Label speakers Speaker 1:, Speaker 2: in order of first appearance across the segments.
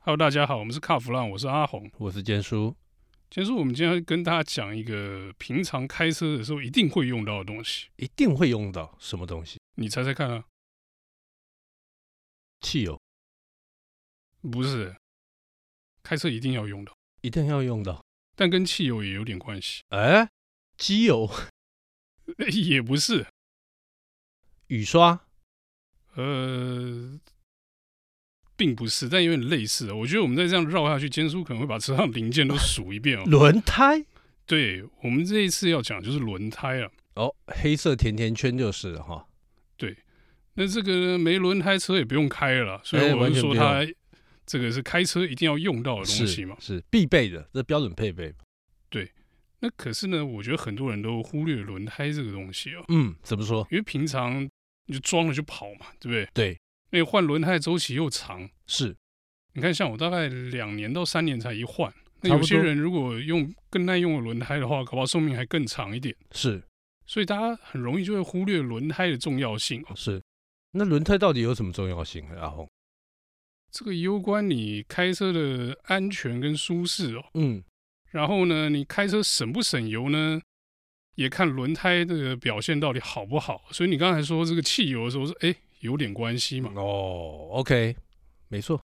Speaker 1: Hello，大家好，我们是卡弗浪，我是阿红。
Speaker 2: 我是坚叔。
Speaker 1: 今天说我们今天要跟大家讲一个平常开车的时候一定会用到的东西，
Speaker 2: 一定会用到什么东西？
Speaker 1: 你猜猜看啊？
Speaker 2: 汽油
Speaker 1: 不是，开车一定要用到，
Speaker 2: 一定要用到。
Speaker 1: 但跟汽油也有点关系，
Speaker 2: 哎，机油、
Speaker 1: 也不是。
Speaker 2: 雨刷、。
Speaker 1: 呃，并不是，但有点类似。啊我觉得我们再这样绕下去，坚叔可能会把车上零件都数一遍哦
Speaker 2: 轮胎。
Speaker 1: 对，我们这一次要讲就是轮胎啊。
Speaker 2: 哦，黑色甜甜圈就是了
Speaker 1: 哦
Speaker 2: 哈。
Speaker 1: 那这个呢没轮胎车也不用开了啦，所以
Speaker 2: 哎
Speaker 1: 我
Speaker 2: 完
Speaker 1: 就
Speaker 2: 全
Speaker 1: 说
Speaker 2: 不
Speaker 1: 它这个是开车一定要用到的东西
Speaker 2: 是
Speaker 1: 嘛。
Speaker 2: 是必备的，这标准配备。
Speaker 1: 那可是呢，我觉得很多人都忽略轮胎这个东西哦，
Speaker 2: 嗯，怎么说？
Speaker 1: 因为平常你就装了就跑嘛，对不对？
Speaker 2: 对，
Speaker 1: 那你换轮胎周期又长，
Speaker 2: 是
Speaker 1: 你看像我大概两年到三年才一换。那
Speaker 2: 差
Speaker 1: 有
Speaker 2: 不
Speaker 1: 些
Speaker 2: 多
Speaker 1: 人如果用更耐用的轮胎的话，搞不好寿命还更长一点。
Speaker 2: 是
Speaker 1: 所以大家很容易就会忽略轮胎的重要性哦。
Speaker 2: 是。那轮胎到底有什么重要性？啊阿红，
Speaker 1: 这个攸关你开车的安全跟舒适哦。
Speaker 2: 嗯，
Speaker 1: 然后呢，你开车省不省油呢，也看轮胎的表现到底好不好。所以你刚才说这个汽油的时候说，哎，有点关系嘛。
Speaker 2: 哦，OK，没错。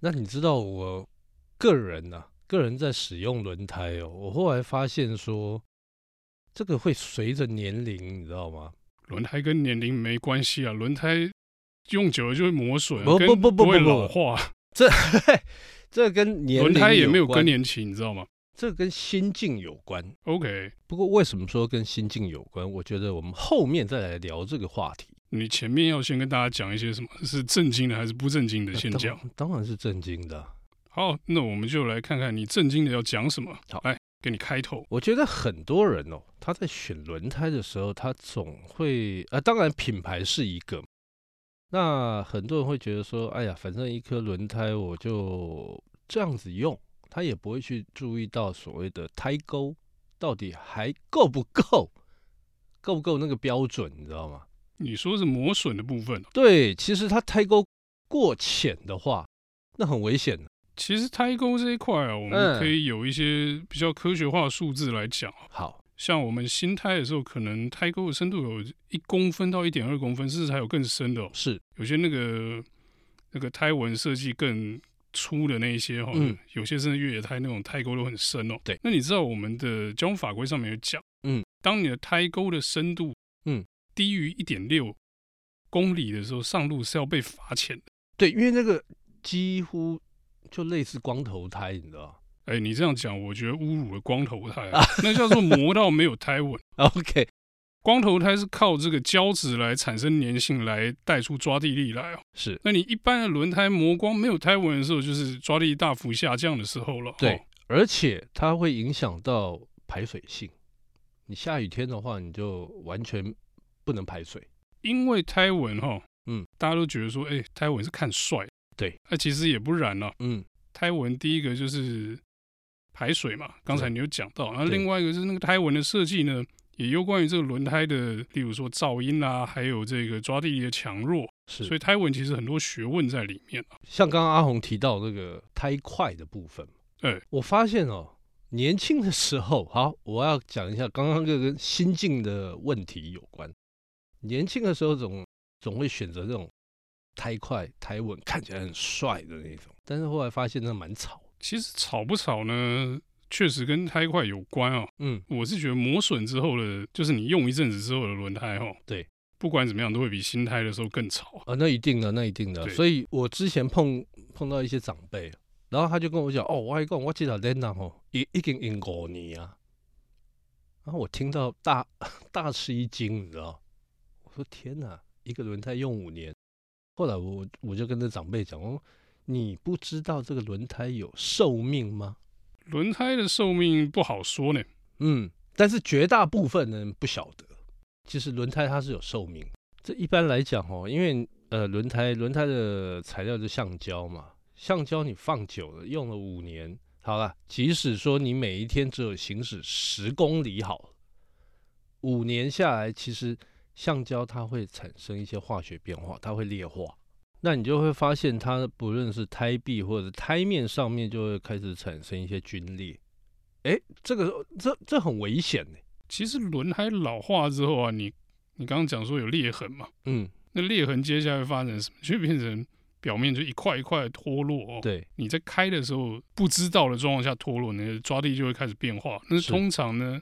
Speaker 2: 那你知道我个人呢、个人在使用轮胎哦，我后来发现说，这个会随着年龄，你知道吗？
Speaker 1: 轮胎跟年龄没关系啊，轮胎用久了就会磨损，
Speaker 2: 不
Speaker 1: 跟
Speaker 2: 不不不
Speaker 1: 会
Speaker 2: 不不
Speaker 1: 老化。
Speaker 2: 这跟年
Speaker 1: 轮胎
Speaker 2: 龄
Speaker 1: 也没有
Speaker 2: 关
Speaker 1: 更，年期，你知道吗
Speaker 2: 这跟心境有关。
Speaker 1: ？OK，
Speaker 2: 不过为什么说跟心境有关？我觉得我们后面再来聊这个话题。
Speaker 1: 你前面要先跟大家讲一些什么是正经的还是不正经的，
Speaker 2: 那
Speaker 1: 先
Speaker 2: 当
Speaker 1: 讲。
Speaker 2: 当然是震惊的啊。
Speaker 1: 好，那我们就来看看你正经的要讲什么。
Speaker 2: 好
Speaker 1: 来给你开头。
Speaker 2: 我觉得很多人哦，他在选轮胎的时候，他总会啊，当然品牌是一个，那很多人会觉得说，哎呀，反正一颗轮胎我就这样子用，他也不会去注意到所谓的胎沟到底还够不够，够不够那个标准，你知道吗？
Speaker 1: 你说是磨损的部分，
Speaker 2: 对，其实它胎沟过浅的话，那很危险的。
Speaker 1: 其实胎沟这一块啊，我们
Speaker 2: 嗯
Speaker 1: 可以有一些比较科学化的数字来讲。啊
Speaker 2: 好，
Speaker 1: 像我们新胎的时候，可能胎沟的深度有一公分到一点二公分，甚至还有更深的、哦。
Speaker 2: 是
Speaker 1: 有些那个那个胎纹设计更粗的那一些哈、哦，
Speaker 2: 嗯
Speaker 1: 有些甚至越野胎那种胎沟都很深哦。
Speaker 2: 对，
Speaker 1: 那你知道我们的交通法规上面有讲，
Speaker 2: 嗯，
Speaker 1: 当你的胎沟的深度，
Speaker 2: 嗯，
Speaker 1: 低于一点六公里的时候，上路是要被罚钱的。
Speaker 2: 对，因为那个几乎就类似光头胎，你知道吗。
Speaker 1: 哎，你这样讲，我觉得侮辱了光头胎 啊、那叫做磨到没有胎纹。
Speaker 2: OK，
Speaker 1: 光头胎是靠这个胶质来产生粘性，来带出抓地力来哦。
Speaker 2: 是
Speaker 1: 那你一般的轮胎磨光没有胎纹的时候，就是抓地力大幅下降的时候了。
Speaker 2: 对
Speaker 1: 哦，
Speaker 2: 而且它会影响到排水性。你下雨天的话，你就完全不能排水。
Speaker 1: 因为胎纹哈，
Speaker 2: 嗯，
Speaker 1: 大家都觉得说，哎，胎纹是看帅。
Speaker 2: 对，
Speaker 1: 那、其实也不然了、
Speaker 2: 嗯，
Speaker 1: 胎纹第一个就是排水嘛，刚才
Speaker 2: 对
Speaker 1: 你有讲到，然后
Speaker 2: 对
Speaker 1: 另外一个就是那个胎纹的设计呢，也有关于这个轮胎的，例如说噪音啊，还有这个抓地力的强弱，所
Speaker 2: 是。
Speaker 1: 以胎纹其实很多学问在里面啊。
Speaker 2: 像刚刚阿红提到那个胎块的部分，
Speaker 1: 哎，
Speaker 2: 我发现哦，年轻的时候，好，我要讲一下刚刚这个跟心境的问题有关。年轻的时候总总会选择这种胎块、胎纹看起来很帅的那种，但是后来发现那蛮吵。
Speaker 1: 其实吵不吵呢，确实跟胎块有关哦。
Speaker 2: 嗯，
Speaker 1: 我是觉得磨损之后的，就是你用一阵子之后的轮胎哦，
Speaker 2: 对，
Speaker 1: 不管怎么样都会比新胎的时候更吵。
Speaker 2: 啊，那一定的，那一定的。
Speaker 1: 对
Speaker 2: 所以我之前碰碰到一些长辈，然后他就跟我讲，哦，我讲我记得在那吼，哦已已经用五年啊。然后我听到大大吃一惊，你知道？我说天哪，一个轮胎用五年。后来我我就跟那长辈讲，我说你不知道这个轮胎有寿命吗？
Speaker 1: 轮胎的寿命不好说呢，
Speaker 2: 嗯，但是绝大部分人不晓得，其实轮胎它是有寿命。这一般来讲哦，因为呃轮胎轮胎的材料是橡胶嘛，橡胶你放久了，用了五年，好了，即使说你每一天只有行驶十公里好了，五年下来，其实橡胶它会产生一些化学变化，它会裂化，那你就会发现它不论是胎壁或者胎面上面就会开始产生一些皲裂。哎，这个这这很危险呢。
Speaker 1: 其实轮胎老化之后啊，你你刚刚讲说有裂痕嘛，
Speaker 2: 嗯，
Speaker 1: 那裂痕接下来发展什么？就变成表面就一块一块的脱落哦。
Speaker 2: 对，
Speaker 1: 你在开的时候不知道的状况下脱落，你的抓地就会开始变化。那
Speaker 2: 是
Speaker 1: 通常呢，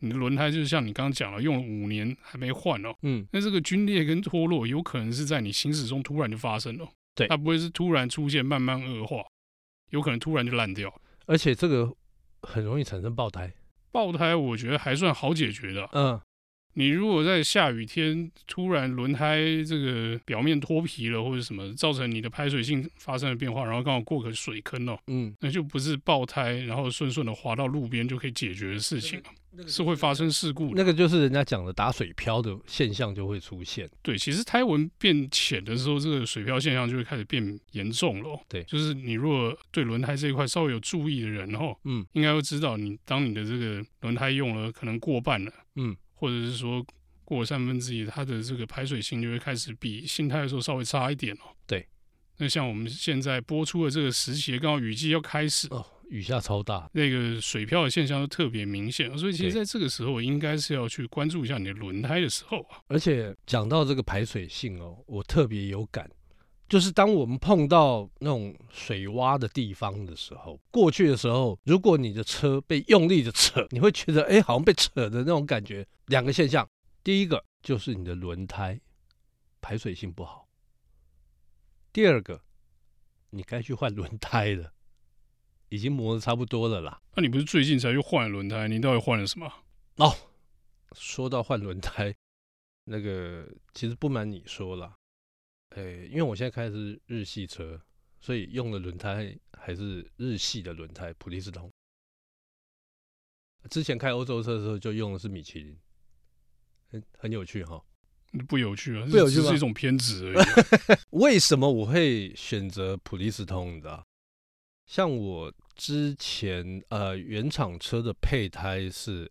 Speaker 1: 你的轮胎就是像你刚刚讲了，用了五年还没换哦。
Speaker 2: 嗯，
Speaker 1: 那这个皲裂跟脱落有可能是在你行驶中突然就发生了，
Speaker 2: 对
Speaker 1: 它不会是突然出现慢慢恶化，有可能突然就烂掉。
Speaker 2: 而且这个很容易产生爆胎。
Speaker 1: 爆胎我觉得还算好解决的啊，
Speaker 2: 嗯，
Speaker 1: 你如果在下雨天突然轮胎这个表面脱皮了或者什么，造成你的排水性发生了变化，然后刚好过个水坑哦，
Speaker 2: 嗯，
Speaker 1: 那就不是爆胎，然后顺顺的滑到路边就可以解决的事情了，是会发生事故的。
Speaker 2: 那个就是人家讲的打水漂的现象就会出现。
Speaker 1: 对，其实胎纹变浅的时候，这个水漂现象就会开始变严重了哦。
Speaker 2: 对
Speaker 1: 就是你如果对轮胎这一块稍微有注意的人哦，
Speaker 2: 嗯
Speaker 1: 应该会知道你，当你的这个轮胎用了可能过半了，
Speaker 2: 嗯，
Speaker 1: 或者是说过了三分之一，它的这个排水性就会开始比新胎的时候稍微差一点哦。
Speaker 2: 对，
Speaker 1: 那像我们现在播出的这个时期，刚好雨季要开始，
Speaker 2: 哦，雨下超大。
Speaker 1: 那个水漂的现象就特别明显哦，所以其实
Speaker 2: 对
Speaker 1: 在这个时候应该是要去关注一下你的轮胎的时候啊。
Speaker 2: 而且讲到这个排水性哦，我特别有感，就是当我们碰到那种水洼的地方的时候，过去的时候，如果你的车被用力的扯， 你会觉得哎，好像被扯的那种感觉。两个现象，第一个就是你的轮胎排水性不好，第二个你该去换轮胎了，已经磨得差不多了啦。
Speaker 1: 那你不是最近才去换轮胎？你到底换了什么？
Speaker 2: 哦，说到换轮胎，那个其实不瞒你说啦，诶，因为我现在开的是日系车，所以用的轮胎还是日系的轮胎，普利司通。之前开欧洲车的时候就用的是米其林，很很有趣哈。
Speaker 1: 不有趣啊，
Speaker 2: 不有趣
Speaker 1: 这只
Speaker 2: 吗
Speaker 1: 是一种偏执 而已啊。
Speaker 2: 为什么我会选择普利司通？你知道，像我之前呃原厂车的配胎是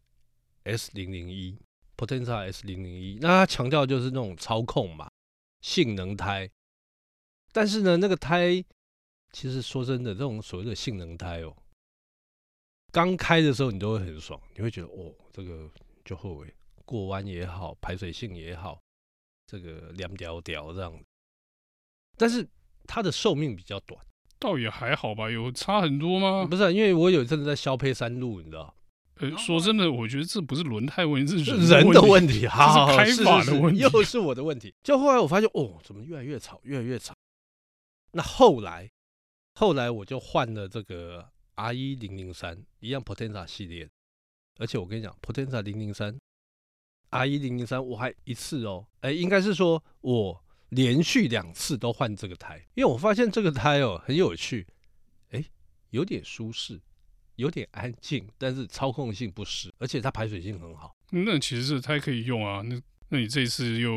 Speaker 2: S 零零一 Potenza S 零零一，那它强调就是那种操控嘛，性能胎。但是呢，那个胎其实说真的，这种所谓的性能胎哦，刚开的时候你都会很爽，你会觉得哦，这个就后悔，过弯也好，排水性也好，这个凉屌屌这样子。但是它的寿命比较短，
Speaker 1: 倒也还好吧，有差很多吗？
Speaker 2: 不是啊、因为我有一阵子在肖配山路，你知道，
Speaker 1: 呃，说真的，我觉得这不是轮胎问题，是
Speaker 2: 嗯人
Speaker 1: 的问
Speaker 2: 的
Speaker 1: 题。
Speaker 2: 问题，好好
Speaker 1: 开
Speaker 2: 是
Speaker 1: 法
Speaker 2: 是
Speaker 1: 的
Speaker 2: 是
Speaker 1: 问题
Speaker 2: 又是我的问题。就后来我发现，哦，怎么越来越吵，越来越吵。那后来，后来我就换了这个 R 一零零三，一样 Potenza 系列，而且我跟你讲，Potenza 零零三、R 一零零三，我还一次哦，哎，应该是说我连续两次都换这个胎，因为我发现这个胎哦很有趣，哎，有点舒适，有点安静，但是操控性不失，而且它排水性很好。
Speaker 1: 嗯那其实这胎可以用啊，那那你这次又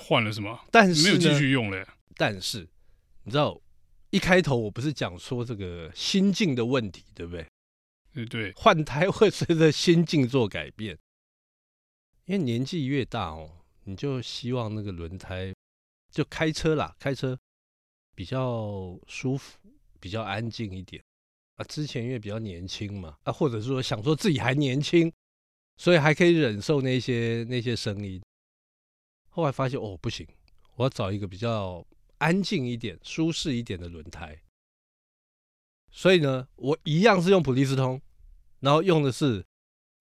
Speaker 1: 换了什么？
Speaker 2: 但是
Speaker 1: 没有继
Speaker 2: 呢
Speaker 1: 续用嘞。
Speaker 2: 但是你知道，一开头我不是讲说这个心境的问题，对不对？
Speaker 1: 对呃对，
Speaker 2: 换胎会随着心境做改变， 因为年纪越大哦，你就希望那个轮胎就开车啦，开车比较舒服，比较安静一点啊。之前因为比较年轻嘛，啊，或者是说想说自己还年轻，所以还可以忍受那些那些声音。后来发现哦，不行，我要找一个比较安静一点、舒适一点的轮胎。所以呢，我一样是用普利司通，然后用的是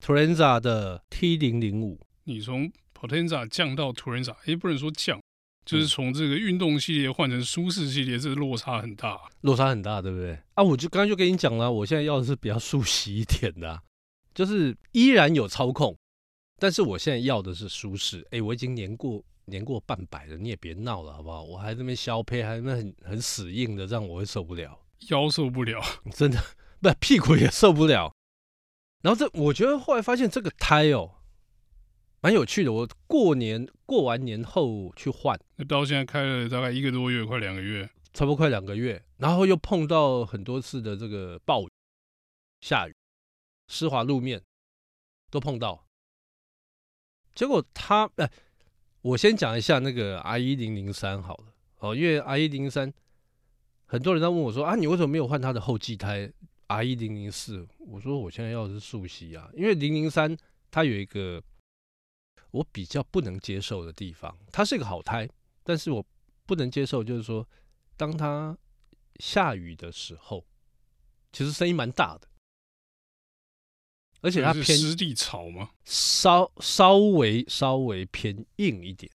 Speaker 2: Trenza 的 T 零零五，
Speaker 1: 你从 Potenza 降到 Turenza，也不能说降，就是
Speaker 2: 嗯
Speaker 1: 从这个运动系列换成舒适系列，这落差很大。啊
Speaker 2: 落差很大，对不对？啊，我就刚刚就跟你讲了，我现在要的是比较舒适一点的啊、就是依然有操控，但是我现在要的是舒适。哎，我已经年过年过半百了，你也别闹了，好不好？我还这边消配，还那很很死硬的，这样我会受不了。
Speaker 1: 腰受不了，
Speaker 2: 真的 不屁股也受不了。然后这我觉得后来发现这个胎哦，蛮有趣的。我过年过完年后去换，
Speaker 1: 那到现在开了大概一个多月，快两个月，
Speaker 2: 差不多快两个月，然后又碰到很多次的这个暴雨、下雨、湿滑路面，都碰到。哎结果他，呃，我先讲一下那个 R 一零零三好了。哦，因为 R 一零三，很多人在问我说啊，你为什么没有换它的后继胎 R 一零零四？我说我现在要的是速吸啊，因为零零三它有一个我比较不能接受的地方，它是一个好胎，但是我不能接受就是说，当它下雨的时候，其实声音蛮大的，而且它
Speaker 1: 是
Speaker 2: 偏
Speaker 1: 湿地草吗？
Speaker 2: 稍稍微稍微偏硬一点，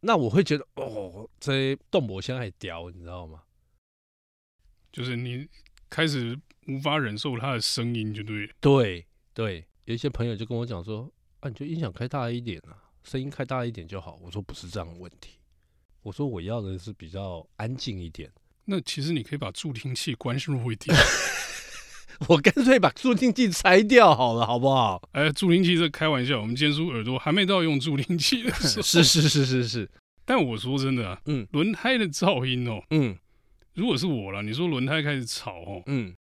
Speaker 2: 那我会觉得哦，这动我现在还屌，你知道吗？
Speaker 1: 就是你开始无法忍受它的声音，就对了。
Speaker 2: 对对，有一些朋友就跟我讲说，啊，你就音响开大一点啊，声音开大一点就好。我说不是这样的问题，我说我要的是比较安静一点，
Speaker 1: 那其实你可以把助听器关入一点。
Speaker 2: 我干脆把助听器拆掉好了，好不好？
Speaker 1: 哎，助听器这开玩笑，我们今天说耳朵还没到用助听器的时候。
Speaker 2: 是是是是是，
Speaker 1: 但我说真的啊，
Speaker 2: 嗯
Speaker 1: 轮胎的噪音哦，
Speaker 2: 嗯
Speaker 1: 如果是我了，你说轮胎开始吵哦，
Speaker 2: 嗯，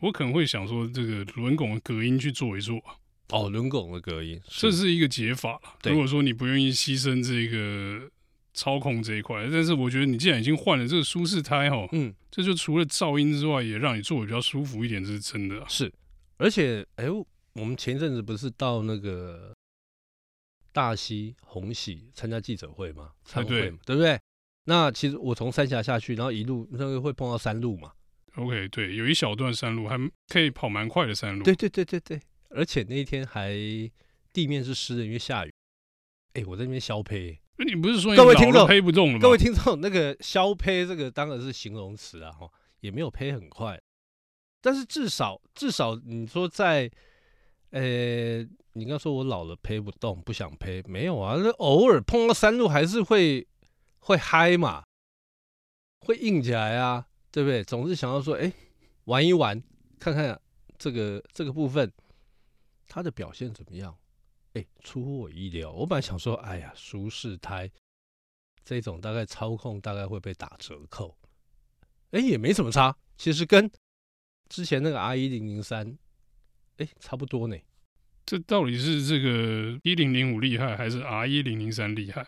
Speaker 1: 我可能会想说这个轮拱的隔音去做一做，
Speaker 2: 哦，轮拱的隔音，
Speaker 1: 这是一个解法啦。
Speaker 2: 对
Speaker 1: 如果说你不愿意牺牲这个操控这一块，但是我觉得你既然已经换了这个舒适胎哦，
Speaker 2: 嗯。
Speaker 1: 这就除了噪音之外，也让你坐的比较舒服一点，这是真的啊、
Speaker 2: 是，而且哎、呦，我们前一阵子不是到那个大溪红喜参加记者会嘛，参
Speaker 1: 对
Speaker 2: 会嘛，对不对？那其实我从三峡下去，然后一路那个会碰到山路嘛，
Speaker 1: OK，对，有一小段山路还可以跑蛮快的山路。
Speaker 2: 对对对对对，而且那一天还地面是湿的，因为下雨。哎、我在那边削胚、
Speaker 1: 你不是说你
Speaker 2: 各位
Speaker 1: 老
Speaker 2: 听
Speaker 1: 了
Speaker 2: 众
Speaker 1: 黑不动了吗？
Speaker 2: 各位听众，那个削胚这个当然是形容词啊，哈，也没有胚很快，但是至少至少你说在，呃，你刚说我老了胚不动，不想胚，没有啊，那偶尔碰到山路还是会会嗨嘛，会硬起来啊，对不对？总是想要说，哎，玩一玩，看看这个这个部分它的表现怎么样。哎，出乎我意料。我本来想说，哎呀，舒适胎这种大概操控大概会被打折扣，哎，也没什么差，其实跟之前那个 R 一零零三，哎，差不多呢。
Speaker 1: 这到底是这个一零零五厉害还是 R 一零零三厉害？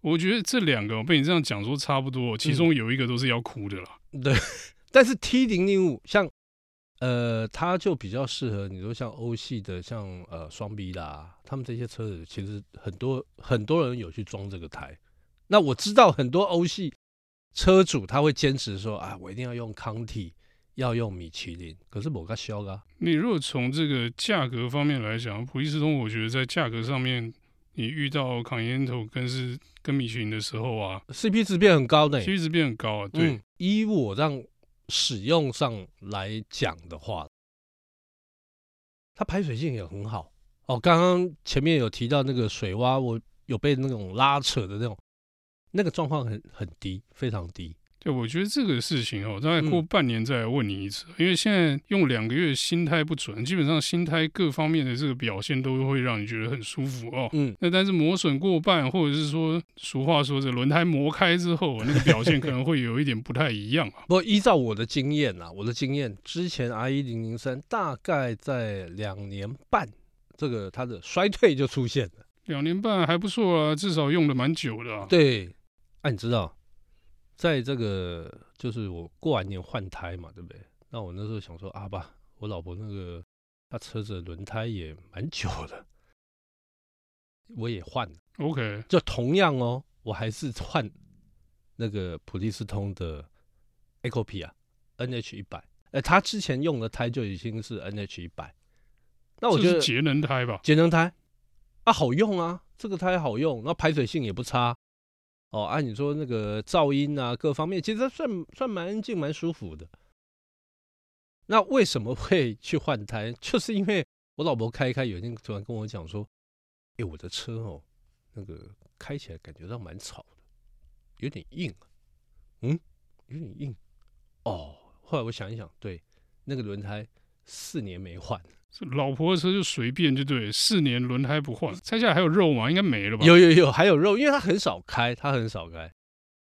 Speaker 1: 我觉得这两个被你这样讲说差不多，其
Speaker 2: 嗯
Speaker 1: 中有一个都是要哭的啦。
Speaker 2: 对，但是 T 零零五像，呃，它就比较适合你说像欧系的，像呃双 B 啦，他们这些车子其实很多很多人有去装这个胎。那我知道很多欧系车主他会坚持说啊，我一定要用康体，要用米其林，可是我个销啊，
Speaker 1: 你如果从这个价格方面来讲，普利司通，我觉得在价格上面，你遇到 c o n t i n 跟是跟米其林的时候啊，
Speaker 2: CP 值变很高呢。
Speaker 1: 其实变很高啊。对，
Speaker 2: 嗯，依我让使用上来讲的话，它排水性也很好。哦，刚刚前面有提到那个水洼，我有被那种拉扯的那种，那个状况很很低，非常低。
Speaker 1: 对，我觉得这个事情哦，大概
Speaker 2: 嗯
Speaker 1: 过半年再来问你一次，因为现在用两个月心态不准，基本上心态各方面的这个表现都会让你觉得很舒服哦。
Speaker 2: 嗯，
Speaker 1: 那但是磨损过半，或者是说俗话说这轮胎磨开之后，啊那个表现可能会有一点不太一样啊。
Speaker 2: 不过依照我的经验啊，我的经验，之前 R 一零零三大概在两年半，这个它的衰退就出现了。
Speaker 1: 两年半还不错啊，至少用的蛮久的啊。
Speaker 2: 对，啊，你知道，在这个就是我过完年换胎嘛，对不对？那我那时候想说啊吧，我老婆那个她车子的轮胎也蛮久了，我也换了，
Speaker 1: ，OK，
Speaker 2: 就同样哦，我还是换那个普利司通的 Eco P 啊，NH 一百，呃，他之前用的胎就已经是 NH 一百，那我
Speaker 1: 这
Speaker 2: 觉
Speaker 1: 是
Speaker 2: 得
Speaker 1: 节能胎吧？
Speaker 2: 节能胎啊，好用啊，这个胎好用，那排水性也不差。哦，按、你说那个噪音啊，各方面其实它算算蛮安静、蛮舒服的。那为什么会去换胎？就是因为我老婆开一开，有一天突然跟我讲说：“哎，我的车哦，那个开起来感觉到蛮吵的，有点硬、啊。”嗯，有点硬。哦，后来我想一想，对，那个轮胎四年没换。
Speaker 1: 这老婆的车就随便就对了，四年轮胎不换，拆下来还有肉吗？应该没了吧？
Speaker 2: 有有有，还有肉，因为它很少开，它很少开。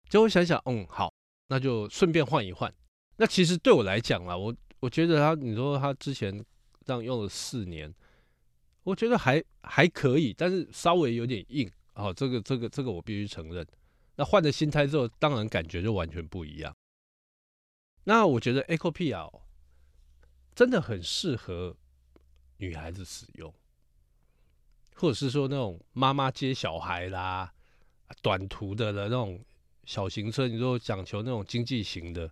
Speaker 2: 结果我想想，嗯，好，那就顺便换一换。那其实对我来讲啦，我我觉得它，你说它之前这样用了四年，我觉得还还可以，但是稍微有点硬。好、这个这个这个我必须承认。那换了新胎之后，当然感觉就完全不一样。那我觉得 Eco P R 真的很适合女孩子使用，或者是说那种妈妈接小孩啦、短途的了那种小型车，你如果讲求那种经济型的，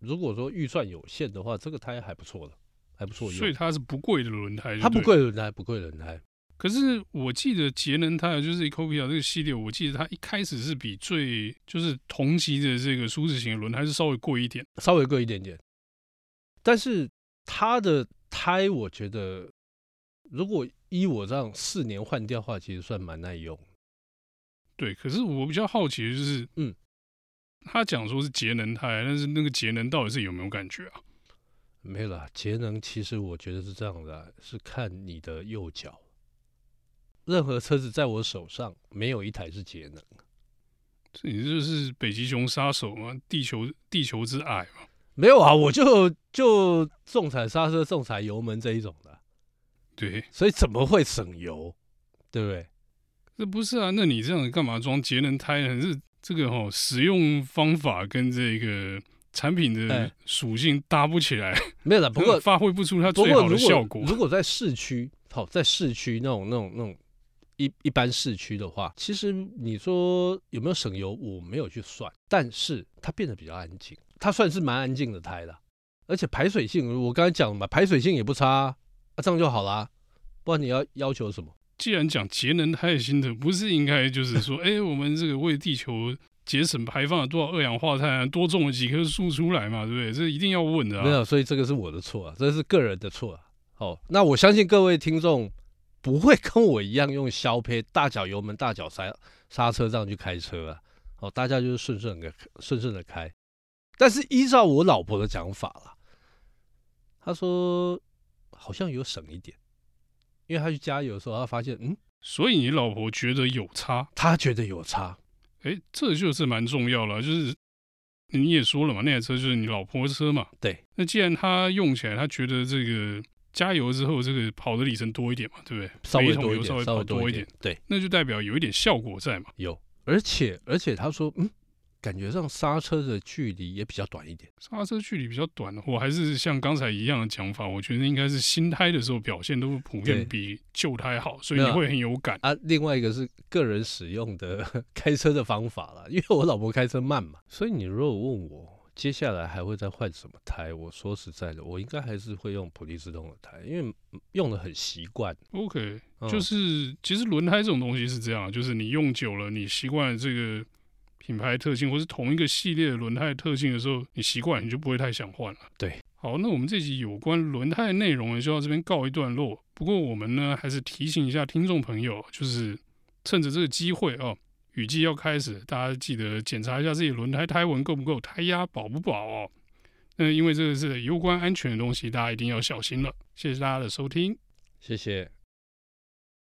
Speaker 2: 如果说预算有限的话，这个胎还不错了，还不错
Speaker 1: 所以
Speaker 2: 用。
Speaker 1: 它是不贵的轮胎，
Speaker 2: 它不。贵轮胎，不贵轮胎，
Speaker 1: 可是我记得节能胎就是 Ecopia 这个系列，我记得它一开始是比最就是同级的这个舒适型的轮胎是稍微贵一点。
Speaker 2: 稍微贵一点点。但是它的胎，我觉得如果依我这样四年换掉的话，其实算蛮耐用。
Speaker 1: 对，可是我比较好奇的就是，
Speaker 2: 嗯，
Speaker 1: 他讲说是节能胎，但是那个节能到底是有没有感觉啊？
Speaker 2: 没有啦，节能其实我觉得是这样的啊，是看你的右脚。任何车子在我手上，没有一台是节能。
Speaker 1: 这你就是北极熊杀手嘛，地球地球之爱嘛。
Speaker 2: 没有啊，我就就重踩刹车、重踩油门这一种的啊，
Speaker 1: 对，
Speaker 2: 所以怎么会省油？对不对？
Speaker 1: 这不是啊？那你这样干嘛装节能胎呢？是这个哈、使用方法跟这个产品的
Speaker 2: 哎
Speaker 1: 属性搭不起来，
Speaker 2: 没有啦，不 过
Speaker 1: 发挥不出它
Speaker 2: 不
Speaker 1: 最
Speaker 2: 过
Speaker 1: 好
Speaker 2: 如
Speaker 1: 的效
Speaker 2: 果
Speaker 1: 果。
Speaker 2: 如果在市区，好，在市区那种那种那种一一般市区的话，其实你说有没有省油，我没有去算，但是它变得比较安静，它算是蛮安静的胎了，而且排水性，我刚才讲了嘛，排水性也不差啊，啊这样就好啦，不然你要要求什么？
Speaker 1: 既然讲节能胎的心得，不是应该就是说， 哎、我们这个为地球节省排放了多少二氧化碳、啊，多种了几棵树出来嘛，对不对？这一定要问的
Speaker 2: 没
Speaker 1: 啊。
Speaker 2: 有，所以这个是我的错啊，这是个人的错啊。好，那我相信各位听众不会跟我一样用削胚大脚油门、大脚刹刹车这样去开车啊。哦，大家就是顺顺的顺顺的开。但是依照我老婆的讲法啦，她说好像有省一点，因为她去加油的时候，她发现嗯，
Speaker 1: 所以你老婆觉得有差，
Speaker 2: 她觉得有差。
Speaker 1: 哎、这就是蛮重要了。啊就是你也说了嘛，那台车就是你老婆的车嘛。
Speaker 2: 对。
Speaker 1: 那既然她用起来，她觉得这个加油之后，这个跑的里程多一点嘛，对不对？
Speaker 2: 稍
Speaker 1: 每
Speaker 2: 微
Speaker 1: 一桶
Speaker 2: 多一
Speaker 1: 油稍
Speaker 2: 点，
Speaker 1: 微
Speaker 2: 稍微
Speaker 1: 跑多一
Speaker 2: 一点
Speaker 1: 点，
Speaker 2: 对，
Speaker 1: 那就代表有一点效果在嘛。
Speaker 2: 有。而且而且她说，嗯，感觉上刹车的距离也比较短一点。
Speaker 1: 刹车距离比较短，我还是像刚才一样的讲法，我觉得应该是新胎的时候表现都普
Speaker 2: 对
Speaker 1: 遍比旧胎好，所以
Speaker 2: 没
Speaker 1: 你
Speaker 2: 有啊
Speaker 1: 会很有感。
Speaker 2: 啊，另外一个是个人使用的 开车的方法啦，因为我老婆开车慢嘛，所以你如果问我接下来还会再换什么胎，我说实在的，我应该还是会用普利司通的胎，因为嗯用的很习惯。
Speaker 1: OK，、
Speaker 2: 嗯
Speaker 1: 就是其实轮胎这种东西是这样，就是你用久了，你习惯了这个品牌特性，或是同一个系列的轮胎特性的时候，你习惯了你就不会太想换了。
Speaker 2: 对，
Speaker 1: 好，那我们这集有关轮胎的内容呢，就到这边告一段落。不过我们呢，还是提醒一下听众朋友，啊就是趁着这个机会哦，雨季要开始，大家记得检查一下自己轮胎胎纹够不够，胎压保不保哦。那因为这个是攸关安全的东西，大家一定要小心了。谢谢大家的收听。
Speaker 2: 嗯谢谢。